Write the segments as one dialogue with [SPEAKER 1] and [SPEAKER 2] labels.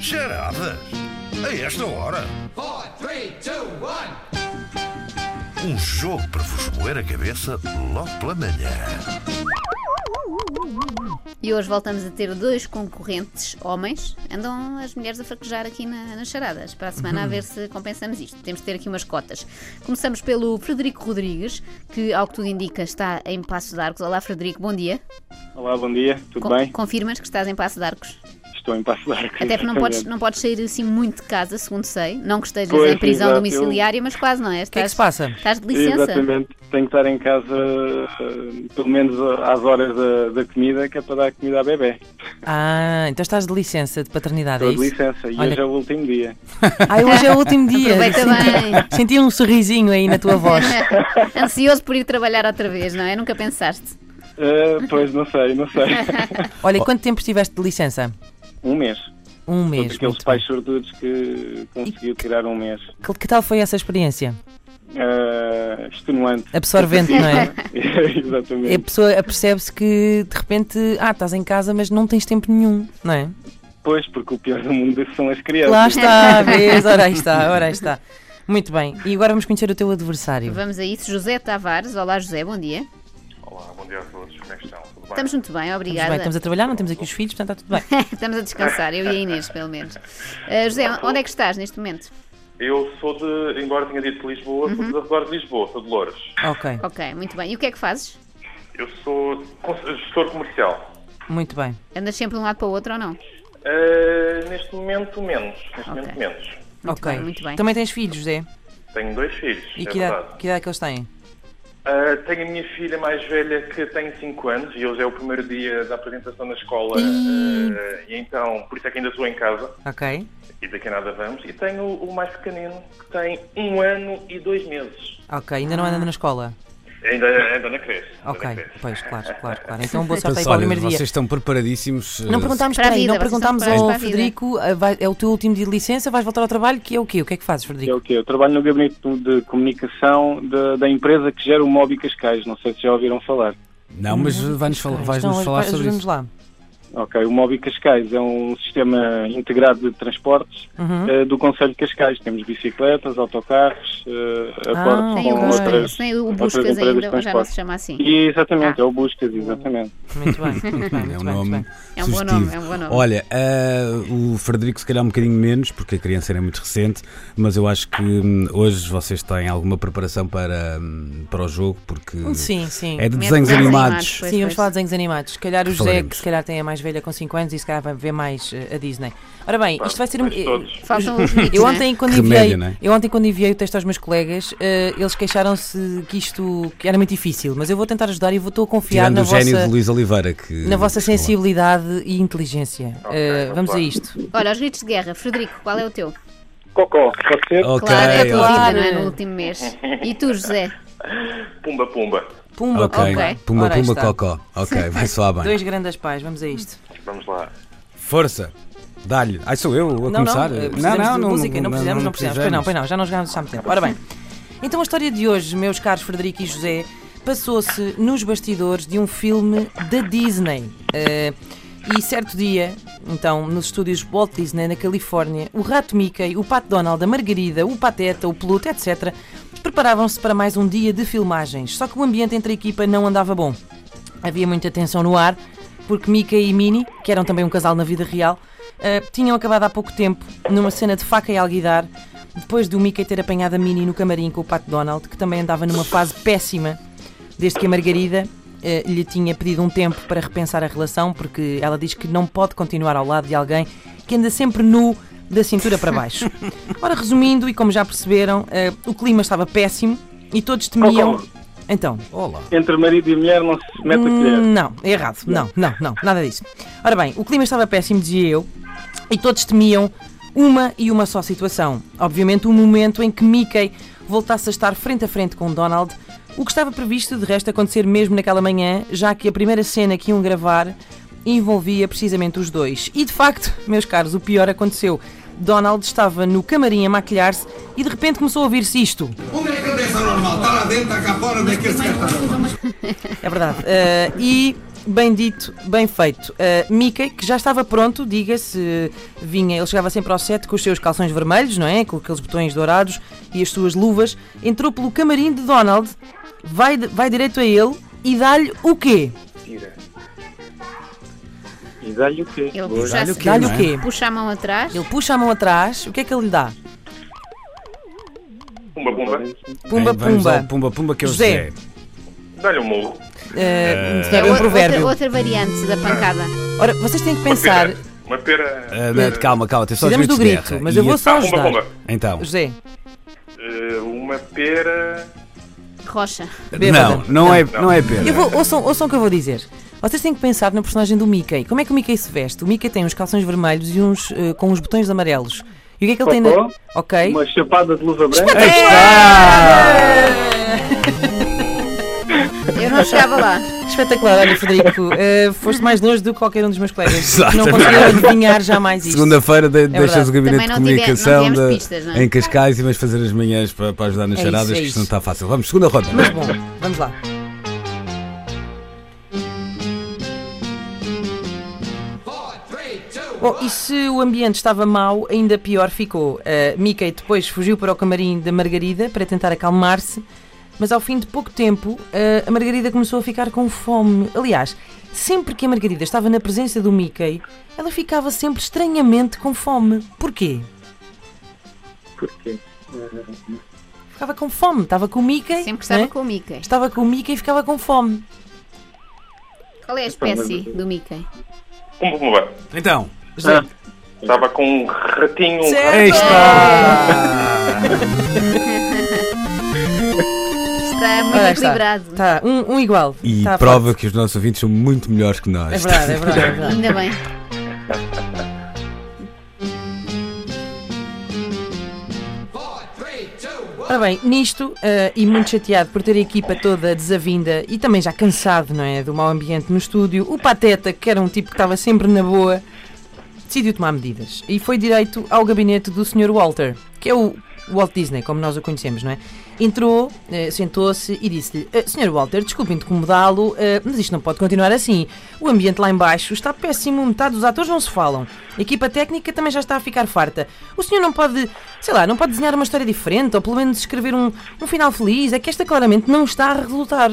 [SPEAKER 1] piadas? A esta hora?
[SPEAKER 2] four, three, two, one.
[SPEAKER 1] Um jogo para vos moer a cabeça logo pela manhã.
[SPEAKER 3] E hoje voltamos a ter dois concorrentes homens. Andam as mulheres a fraquejar aqui na- nas charadas. Para a semana a ver se compensamos isto. Temos de ter aqui umas cotas. Começamos pelo Frederico Rodrigues, que, ao que tudo indica, está em Passo de Arcos. Olá, Frederico, bom dia.
[SPEAKER 4] Olá, bom dia, tudo
[SPEAKER 3] Con-
[SPEAKER 4] bem?
[SPEAKER 3] Confirmas que estás em Passo de Arcos?
[SPEAKER 4] Estou em Passo de Arcos.
[SPEAKER 3] Até porque não podes,
[SPEAKER 4] exatamente.
[SPEAKER 3] não podes sair assim muito de casa, segundo sei. Não que estejas
[SPEAKER 4] Pois,
[SPEAKER 3] em prisão
[SPEAKER 4] exato,
[SPEAKER 3] domiciliária, mas quase não é.
[SPEAKER 5] que é que se passa?
[SPEAKER 3] Estás de licença?
[SPEAKER 4] Exatamente, tenho que estar em casa eh, pelo menos às horas da, da comida, que é para dar comida à bebê.
[SPEAKER 5] Ah, então estás de licença de paternidade,
[SPEAKER 4] Estou
[SPEAKER 5] é
[SPEAKER 4] de
[SPEAKER 5] isso?
[SPEAKER 4] licença e
[SPEAKER 5] Olha-
[SPEAKER 4] hoje é o último dia.
[SPEAKER 5] Ai, hoje é o último dia.
[SPEAKER 3] Aproveita bem.
[SPEAKER 5] senti, senti um sorrisinho aí na tua voz.
[SPEAKER 3] Ansioso por ir trabalhar outra vez, não é? Nunca pensaste.
[SPEAKER 4] Eh, pois, não sei, não sei.
[SPEAKER 5] Olha, quanto tempo estiveste de licença?
[SPEAKER 4] Um mês.
[SPEAKER 5] Um mês.
[SPEAKER 4] Aqueles
[SPEAKER 5] muito
[SPEAKER 4] pais
[SPEAKER 5] bem.
[SPEAKER 4] sortudos que conseguiu tirar um mês.
[SPEAKER 5] Que, que tal foi essa experiência?
[SPEAKER 4] Eh, extenuante.
[SPEAKER 5] Absorvente, não é? E a
[SPEAKER 4] Exatamente.
[SPEAKER 5] pessoa apercebe-se que de repente, ah, estás em casa, mas não tens tempo nenhum, não é?
[SPEAKER 4] Pois, porque o pior do mundo são as crianças.
[SPEAKER 5] Lá está, vês, ora aí está, ora aí está. Muito bem, e agora vamos conhecer o teu adversário.
[SPEAKER 3] Vamos a isso. José Tavares. Olá, José, bom dia.
[SPEAKER 6] Olá, bom dia a todos. Como é que estão? Tudo bem?
[SPEAKER 3] Estamos muito bem,
[SPEAKER 5] Estamos,
[SPEAKER 3] obrigada.
[SPEAKER 5] bem, estamos a trabalhar, não temos aqui os filhos, portanto está tudo bem.
[SPEAKER 3] Estamos a descansar, eu e a Inês, pelo menos. Eh, José, onde é que estás neste momento?
[SPEAKER 6] Eu sou de, embora tenha dito Lisboa, sou
[SPEAKER 5] Uhum.
[SPEAKER 6] de arredores de Lisboa, sou de Louros.
[SPEAKER 5] Ok,
[SPEAKER 3] Ok, muito bem. E o que é que fazes?
[SPEAKER 6] Eu sou con- gestor comercial.
[SPEAKER 5] muito bem.
[SPEAKER 3] Andas sempre de um lado para o outro ou não?
[SPEAKER 6] Eh, neste momento, menos. Neste momento,
[SPEAKER 3] Ok.
[SPEAKER 6] menos.
[SPEAKER 3] Muito
[SPEAKER 5] ok.
[SPEAKER 3] bem, muito bem.
[SPEAKER 5] Também tens filhos, José?
[SPEAKER 6] Tenho dois filhos,
[SPEAKER 5] E
[SPEAKER 6] é
[SPEAKER 5] que, idade,
[SPEAKER 6] verdade.
[SPEAKER 5] que idade que eles têm?
[SPEAKER 6] Eh, tenho a minha filha mais velha que tem 5 anos e hoje é o primeiro dia da apresentação na escola. eh, e então, por isso é que ainda estou em casa
[SPEAKER 5] Ok,
[SPEAKER 6] e daqui a nada vamos. E tenho o mais pequenino que tem um ano e dois meses.
[SPEAKER 5] ok, ainda não anda na escola.
[SPEAKER 6] Ainda, ainda na creche. ainda na
[SPEAKER 5] Ok,
[SPEAKER 6] creche.
[SPEAKER 5] pois, claro, claro, claro. Então boa sorte aí
[SPEAKER 7] Então,
[SPEAKER 5] para o
[SPEAKER 7] olha,
[SPEAKER 5] primeiro
[SPEAKER 7] vocês
[SPEAKER 5] dia.
[SPEAKER 7] estão preparadíssimos.
[SPEAKER 5] Não
[SPEAKER 7] eh,
[SPEAKER 5] perguntámos,
[SPEAKER 3] Para a
[SPEAKER 5] peraí,
[SPEAKER 3] vida,
[SPEAKER 5] não
[SPEAKER 3] vocês
[SPEAKER 5] perguntámos
[SPEAKER 3] estão
[SPEAKER 5] ao
[SPEAKER 3] preparados para a vida.
[SPEAKER 5] Frederico, ah, vai- é o teu último dia de licença, vais voltar ao trabalho, que é o quê? O que é que fazes,
[SPEAKER 4] É
[SPEAKER 5] Frederico?
[SPEAKER 4] o quê? Eu trabalho no gabinete de comunicação da, da empresa que gera o Mobi Cascais. Não sei se já ouviram falar.
[SPEAKER 7] Não, mas vais-nos fal-
[SPEAKER 3] é-
[SPEAKER 5] Ok,
[SPEAKER 7] vais-nos
[SPEAKER 5] então,
[SPEAKER 3] um
[SPEAKER 7] falar
[SPEAKER 5] vai-
[SPEAKER 7] sobre
[SPEAKER 5] ajuda-nos
[SPEAKER 7] isso.
[SPEAKER 5] lá.
[SPEAKER 4] Ok, o Mobi Cascais é um sistema integrado de transportes
[SPEAKER 5] Uhum.
[SPEAKER 4] eh, do Conselho de Cascais. Temos bicicletas, autocarros, eh,
[SPEAKER 5] Ah,
[SPEAKER 4] acordo
[SPEAKER 3] Tem
[SPEAKER 4] com
[SPEAKER 3] o
[SPEAKER 5] Bom,
[SPEAKER 4] outras.
[SPEAKER 3] Buscas, tem o
[SPEAKER 4] outras
[SPEAKER 3] Buscas
[SPEAKER 4] empresas
[SPEAKER 3] ainda,
[SPEAKER 4] de
[SPEAKER 3] já não se
[SPEAKER 4] transporte.
[SPEAKER 3] chama assim.
[SPEAKER 4] E, exatamente,
[SPEAKER 3] Ah.
[SPEAKER 4] é o Buscas, exatamente.
[SPEAKER 5] Muito bem, muito bem,
[SPEAKER 7] É
[SPEAKER 5] muito
[SPEAKER 7] um
[SPEAKER 5] bem, muito
[SPEAKER 7] nome
[SPEAKER 5] bem.
[SPEAKER 3] É um bom
[SPEAKER 7] sugestivo.
[SPEAKER 3] nome, é um bom nome.
[SPEAKER 7] Olha, ah, o Frederico se calhar um bocadinho menos, porque a criança era muito recente, mas eu acho que hum, hoje vocês têm alguma preparação para, hum, para o jogo, porque
[SPEAKER 5] Sim, sim.
[SPEAKER 7] é de
[SPEAKER 3] Mete
[SPEAKER 7] desenhos
[SPEAKER 3] desenhos
[SPEAKER 7] animados.
[SPEAKER 3] Pois,
[SPEAKER 5] Sim, vamos
[SPEAKER 3] pois.
[SPEAKER 5] falar de desenhos animados. Se calhar o José,
[SPEAKER 7] Falaremos.
[SPEAKER 5] que se calhar tem a mais velha com 5 anos e se calhar vai ver mais eh, a Disney. Ora bem, isto vai ser um.
[SPEAKER 6] Mas todos.
[SPEAKER 3] Faltam os mitos,
[SPEAKER 5] Eu
[SPEAKER 3] não é?
[SPEAKER 5] ontem, quando
[SPEAKER 7] Que
[SPEAKER 5] enviei,
[SPEAKER 7] remédio, não é?
[SPEAKER 5] eu ontem quando enviei o texto aos meus colegas, eh, eles queixaram-se que isto que era muito difícil, mas eu vou tentar ajudar e vou estou a confiar
[SPEAKER 7] Tirando
[SPEAKER 5] na
[SPEAKER 7] o
[SPEAKER 5] vossa,
[SPEAKER 7] gênio de Luís Oliveira, que.
[SPEAKER 5] na vossa
[SPEAKER 7] sei lá.
[SPEAKER 5] sensibilidade e inteligência.
[SPEAKER 6] Ok,
[SPEAKER 5] Eh,
[SPEAKER 6] vamos
[SPEAKER 5] vamos a
[SPEAKER 6] lá.
[SPEAKER 5] isto.
[SPEAKER 3] Olha, os gritos de guerra. Frederico, qual é o teu?
[SPEAKER 4] Cocó, pode ser?
[SPEAKER 7] Ok,
[SPEAKER 3] claro, é a tua
[SPEAKER 5] ok.
[SPEAKER 3] vida, não é? No último mês. E tu, José?
[SPEAKER 6] Pumba, pumba.
[SPEAKER 5] Pumba,
[SPEAKER 7] ok.
[SPEAKER 3] Ok.
[SPEAKER 7] Pumba,
[SPEAKER 5] Ora, aí
[SPEAKER 7] pumba,
[SPEAKER 5] está.
[SPEAKER 7] cocó. Ok, vai soar bem.
[SPEAKER 5] Dois grandes pais, vamos a isto.
[SPEAKER 6] Vamos lá.
[SPEAKER 7] Força! Dá-lhe. Ai, sou eu a
[SPEAKER 5] Não, não,
[SPEAKER 7] começar?
[SPEAKER 5] eh, precisamos de música, não precisamos, não precisamos. Pois não, pois não, já não jogámos há muito tempo. Ora bem, então a história de hoje, meus caros Frederico e José, passou-se nos bastidores de um filme da Disney. Eh, e certo dia, então, nos estúdios Walt Disney, na Califórnia, o rato Mickey, o pato Donald, a Margarida, o Pateta, o Pluto, etc., preparavam-se para mais um dia de filmagens. Só que o ambiente entre a equipa não andava bom. Havia muita tensão no ar, porque Mickey e Minnie, que eram também um casal na vida real, eh, tinham acabado há pouco tempo numa cena de faca e alguidar, depois do Mickey ter apanhado a Minnie no camarim com o Pato Donald, que também andava numa fase péssima, desde que a Margarida eh, lhe tinha pedido um tempo para repensar a relação, porque ela diz que não pode continuar ao lado de alguém que anda sempre nu da cintura para baixo. Ora, resumindo, e como já perceberam, eh, o clima estava péssimo e todos temiam.
[SPEAKER 4] Concordo.
[SPEAKER 5] Então,
[SPEAKER 7] Olá.
[SPEAKER 4] Entre marido e mulher não se mete a colher.
[SPEAKER 5] Hum, Não, é errado. Não, não, não, nada disso. Ora bem, o clima estava péssimo, dizia eu, e todos temiam uma e uma só situação. Obviamente, o momento em que Mickey voltasse a estar frente a frente com Donald, o que estava previsto de resto acontecer mesmo naquela manhã, já que a primeira cena que iam gravar envolvia precisamente os dois. E de facto, meus caros, o pior aconteceu. Donald estava no camarim a maquilhar-se e de repente começou a ouvir-se isto.
[SPEAKER 2] Onde é que eu normal? Está lá dentro, está cá fora, onde é que esse gajo está?
[SPEAKER 5] É verdade. Eh, e Bem dito, bem feito. Uh, Mickey, que já estava pronto, diga-se, uh, vinha, ele chegava sempre ao set com os seus calções vermelhos, não é? Com aqueles botões dourados e as suas luvas, entrou pelo camarim de Donald, vai, vai direito a ele e dá-lhe o quê?
[SPEAKER 6] Tira.
[SPEAKER 4] E dá-lhe o quê?
[SPEAKER 3] Ele
[SPEAKER 4] Pois.
[SPEAKER 3] puxa,
[SPEAKER 7] Dá-lhe o quê?
[SPEAKER 5] Dá-lhe
[SPEAKER 7] não
[SPEAKER 5] o
[SPEAKER 7] é?
[SPEAKER 5] quê?
[SPEAKER 3] puxa a mão atrás.
[SPEAKER 5] Ele puxa a mão atrás, o que é que ele lhe dá?
[SPEAKER 6] Pumba, pumba.
[SPEAKER 5] Pumba,
[SPEAKER 7] Bem, vamos
[SPEAKER 5] pumba.
[SPEAKER 7] ao Pumba, pumba, que é o
[SPEAKER 5] José.
[SPEAKER 7] José.
[SPEAKER 6] Dá-lhe um murro.
[SPEAKER 5] Uh, é,
[SPEAKER 7] Eh,
[SPEAKER 3] É
[SPEAKER 5] um
[SPEAKER 3] o-
[SPEAKER 5] provérbio.
[SPEAKER 3] Outra, outra variante da pancada.
[SPEAKER 5] Ora, vocês têm que pensar. É,
[SPEAKER 6] Uma pera.
[SPEAKER 7] Ah, não, calma, calma, tem só os
[SPEAKER 5] Eh, Precisamos do
[SPEAKER 7] gritos de
[SPEAKER 5] grito,
[SPEAKER 7] guerra.
[SPEAKER 5] mas
[SPEAKER 7] E
[SPEAKER 5] eu vou
[SPEAKER 7] a-
[SPEAKER 5] só
[SPEAKER 6] Ah, pumba,
[SPEAKER 5] ajudar.
[SPEAKER 6] pumba.
[SPEAKER 7] Então,
[SPEAKER 5] José,
[SPEAKER 6] Eh, uma pera.
[SPEAKER 3] Rocha.
[SPEAKER 5] bêbada.
[SPEAKER 7] não, não é, não é pena.
[SPEAKER 5] Eu vou, ouçam, ouçam o que eu vou dizer. Vocês têm que pensar na personagem do Mickey. Como é que o Mickey se veste? O Mickey tem uns calções vermelhos e uns eh, com uns botões amarelos. E o que é que ele tem na.
[SPEAKER 4] Cocó,
[SPEAKER 5] Ok.
[SPEAKER 4] Uma chapada de luva branca.
[SPEAKER 7] Aí está!
[SPEAKER 3] Eu não chegava lá.
[SPEAKER 5] Espetacular, olha, Frederico. eh, foste mais longe do que qualquer um dos meus colegas. que Não
[SPEAKER 7] Exatamente.
[SPEAKER 5] conseguiram adivinhar jamais isto.
[SPEAKER 7] Segunda-feira
[SPEAKER 5] É
[SPEAKER 7] de, deixas o
[SPEAKER 3] Também
[SPEAKER 7] gabinete de
[SPEAKER 3] não tive- não
[SPEAKER 7] comunicação
[SPEAKER 3] tivemos
[SPEAKER 7] de-
[SPEAKER 3] pistas, não é?
[SPEAKER 7] em Cascais e vais fazer as manhãs para, para ajudar nas
[SPEAKER 5] É isso,
[SPEAKER 7] charadas,
[SPEAKER 5] é
[SPEAKER 7] que
[SPEAKER 5] isso.
[SPEAKER 7] isto não está fácil. Vamos, segunda roda.
[SPEAKER 5] Mas bom, vamos lá.
[SPEAKER 2] Four, three, two,
[SPEAKER 5] Bom, Oh, e se o ambiente estava mau, ainda pior ficou. Uh, Mickey depois fugiu para o camarim da Margarida para tentar acalmar-se, mas ao fim de pouco tempo uh, a Margarida começou a ficar com fome. Aliás, sempre que a Margarida estava na presença do Mickey, ela ficava sempre estranhamente com fome. Porquê?
[SPEAKER 4] Porquê?
[SPEAKER 5] Ficava com fome, estava com o Mickey.
[SPEAKER 3] Sempre que
[SPEAKER 5] não é?
[SPEAKER 3] estava com o Mickey.
[SPEAKER 5] Estava com o Mickey e ficava com fome.
[SPEAKER 3] Qual é a espécie do Mickey?
[SPEAKER 6] Pumba, pumba.
[SPEAKER 7] Então, é
[SPEAKER 5] José,
[SPEAKER 6] Estava com um ratinho. um
[SPEAKER 5] Certo.
[SPEAKER 7] aí está!
[SPEAKER 3] Está muito
[SPEAKER 5] olha, está.
[SPEAKER 3] é equilibrado.
[SPEAKER 5] Está, um, um igual.
[SPEAKER 7] E
[SPEAKER 5] Está
[SPEAKER 7] prova
[SPEAKER 5] forte.
[SPEAKER 7] que os nossos ouvintes são muito melhores que nós.
[SPEAKER 5] É verdade, é verdade. É verdade.
[SPEAKER 3] Ainda bem.
[SPEAKER 2] four, three, two, one.
[SPEAKER 5] Ora bem, nisto, eh, e muito chateado por ter a equipa toda desavinda e também já cansado, não é? Do mau ambiente no estúdio, o Pateta, que era um tipo que estava sempre na boa, decidiu tomar medidas e foi direito ao gabinete do Sr. Walter, que é o Walt Disney, como nós o conhecemos, não é? Entrou, eh, sentou-se e disse-lhe: "Eh, Sr. Walter, desculpe incomodá-lo, eh, mas isto não pode continuar assim. O ambiente lá embaixo está péssimo, metade dos atores não se falam. A equipa técnica também já está a ficar farta. O senhor não pode, sei lá, não pode desenhar uma história diferente ou pelo menos escrever um, um final feliz? É que esta claramente não está a resultar.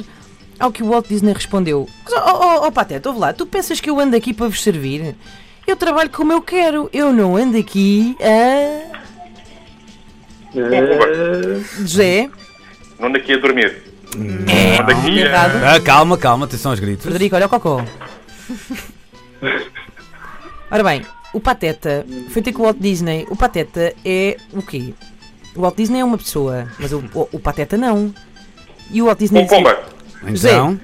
[SPEAKER 5] Ao que o Walt Disney respondeu: Mas, ó oh, Pateta, ouve lá, tu pensas que eu ando aqui para vos servir? Eu trabalho como eu quero, eu não ando aqui a. José,
[SPEAKER 6] Não anda aqui a é dormir.
[SPEAKER 5] Hum.
[SPEAKER 6] é Não anda aqui a.
[SPEAKER 5] errado.
[SPEAKER 7] Ah, calma, calma, atenção aos gritos.
[SPEAKER 5] Frederico, olha o cocô. Ora bem, o Pateta foi ter com o Walt Disney. O Pateta é o quê? O Walt Disney é uma pessoa, mas o, o- o Pateta não. E o Walt Disney.
[SPEAKER 6] Pum, pumba.
[SPEAKER 7] Então,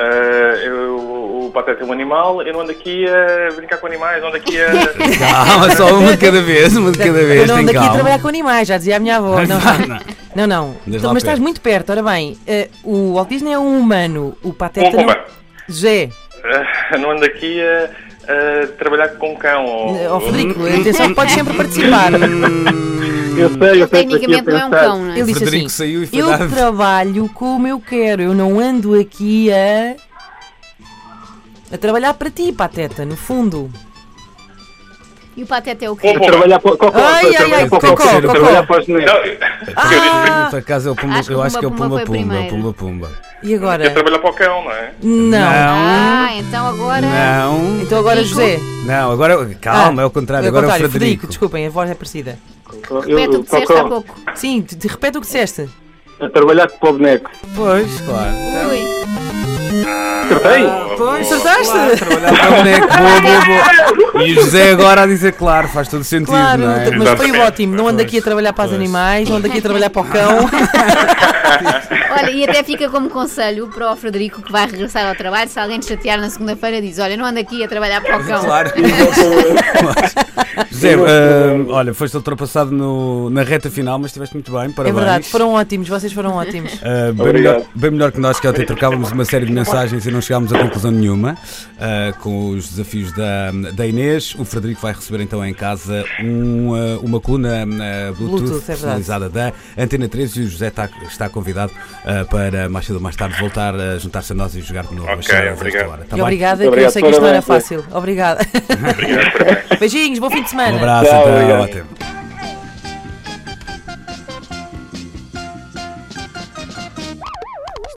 [SPEAKER 6] Eh, eu- o Pateta é um animal. Eu não ando aqui a brincar com animais. é Não ando aqui a.
[SPEAKER 7] calma, só uma de cada vez, uma de cada
[SPEAKER 5] Eu
[SPEAKER 7] vez,
[SPEAKER 5] não
[SPEAKER 7] tem
[SPEAKER 5] ando aqui um a
[SPEAKER 7] calma.
[SPEAKER 5] trabalhar com animais, já dizia a minha avó. Não, não. Não, não.
[SPEAKER 7] Andas
[SPEAKER 5] Tu-
[SPEAKER 7] lá
[SPEAKER 5] mas estás
[SPEAKER 7] perto.
[SPEAKER 5] muito perto. Ora bem, eh, o Walt Disney é um humano, o
[SPEAKER 6] Pum,
[SPEAKER 5] Pateta não.
[SPEAKER 6] pumba.
[SPEAKER 5] José,
[SPEAKER 6] Eh, não ando aqui a, a eh, trabalhar com cão. Ou,
[SPEAKER 5] eh, ó Frederico, atenção, podes sempre participar.
[SPEAKER 4] Eu sei,
[SPEAKER 3] Ele
[SPEAKER 4] eu sei estou aqui a
[SPEAKER 3] tecnicamente não é um
[SPEAKER 4] pensar.
[SPEAKER 3] cão, não é?
[SPEAKER 5] Ele disse
[SPEAKER 7] Frederico
[SPEAKER 5] assim:
[SPEAKER 7] saiu e foi
[SPEAKER 5] Eu
[SPEAKER 7] dar-
[SPEAKER 5] trabalho como eu quero, eu não ando aqui a. a trabalhar para ti, Pateta, no fundo.
[SPEAKER 3] E o Pateta é o quê?
[SPEAKER 6] Pum,
[SPEAKER 4] Para
[SPEAKER 6] pumba.
[SPEAKER 4] trabalhar para o Cocó.
[SPEAKER 5] Ai,
[SPEAKER 4] para
[SPEAKER 5] ai,
[SPEAKER 4] trabalhar
[SPEAKER 5] ai,
[SPEAKER 4] para o
[SPEAKER 5] Cocó,
[SPEAKER 4] Cocó, para
[SPEAKER 5] Cocó.
[SPEAKER 4] trabalhar para os negros.
[SPEAKER 6] Não, eu disse para
[SPEAKER 5] Ah!
[SPEAKER 7] Por acaso é o Pumba,
[SPEAKER 3] Acho que
[SPEAKER 7] eu
[SPEAKER 3] o
[SPEAKER 7] acho que é o
[SPEAKER 3] Pumba
[SPEAKER 7] Pumba
[SPEAKER 3] Pumba foi
[SPEAKER 7] Pumba,
[SPEAKER 3] primeiro.
[SPEAKER 7] Pumba Pumba.
[SPEAKER 5] E
[SPEAKER 6] que eu
[SPEAKER 5] agora?
[SPEAKER 6] trabalhar para o cão, não é?
[SPEAKER 5] Não.
[SPEAKER 3] Ah, então agora.
[SPEAKER 7] Não,
[SPEAKER 5] Então agora,
[SPEAKER 3] Rico?
[SPEAKER 5] José.
[SPEAKER 7] não, agora calma, é o contrário,
[SPEAKER 5] é o
[SPEAKER 7] agora é o
[SPEAKER 5] contrário,
[SPEAKER 7] Frederico.
[SPEAKER 5] Desculpem, a voz é parecida.
[SPEAKER 3] Repete o
[SPEAKER 4] Eu-
[SPEAKER 3] que disseste há
[SPEAKER 4] Cocó,
[SPEAKER 3] pouco.
[SPEAKER 5] Sim, te, te repete o que disseste.
[SPEAKER 4] a trabalhar com o boneco.
[SPEAKER 7] Pois, claro.
[SPEAKER 3] Ui.
[SPEAKER 4] Acertei?
[SPEAKER 5] Pois, acertaste?
[SPEAKER 7] Trabalhar com é o boneco, boa, boa, boa. E o José agora a dizer, claro, faz todo sentido,
[SPEAKER 5] Claro,
[SPEAKER 7] não é?
[SPEAKER 5] mas foi ótimo. Não ando aqui a trabalhar para os
[SPEAKER 7] Pois.
[SPEAKER 5] animais, não ando aqui a trabalhar para o cão.
[SPEAKER 3] Olha, e até fica como conselho para o Frederico que vai regressar ao trabalho. Se alguém te chatear na segunda-feira, diz: Olha, não ando aqui a trabalhar para o cão.
[SPEAKER 7] Claro. José, ah, olha, foste ultrapassado no- na reta final, mas estiveste muito bem,
[SPEAKER 5] É
[SPEAKER 7] parabéns.
[SPEAKER 5] verdade, foram ótimos, vocês foram ótimos.
[SPEAKER 7] Ah, bem,
[SPEAKER 4] Obrigado.
[SPEAKER 7] melhor, bem melhor que nós, que ontem trocávamos uma série de mensagens e não chegámos a conclusão nenhuma ah, com os desafios da, da Inês. O Frederico vai receber então em casa um, ah, uma coluna ah, Bluetooth,
[SPEAKER 5] Bluetooth, é verdade.
[SPEAKER 7] personalizada da Antena 13 e o José está, está convidado ah, para mais cedo ou mais tarde voltar a juntar-se a nós e jogar de novo
[SPEAKER 6] Ok,
[SPEAKER 7] às sete horas
[SPEAKER 6] obrigado.
[SPEAKER 7] desta hora. Tá
[SPEAKER 5] E
[SPEAKER 7] bem?
[SPEAKER 5] obrigada,
[SPEAKER 4] Muito
[SPEAKER 5] que eu sei que isto não era
[SPEAKER 4] obrigado, parabéns, é.
[SPEAKER 5] fácil. Obrigada.
[SPEAKER 6] Obrigado, parabéns.
[SPEAKER 5] Beijinhos, bom fim de semana.
[SPEAKER 7] Um abraço,
[SPEAKER 4] Tchau,
[SPEAKER 7] então,
[SPEAKER 4] obrigado.
[SPEAKER 7] até.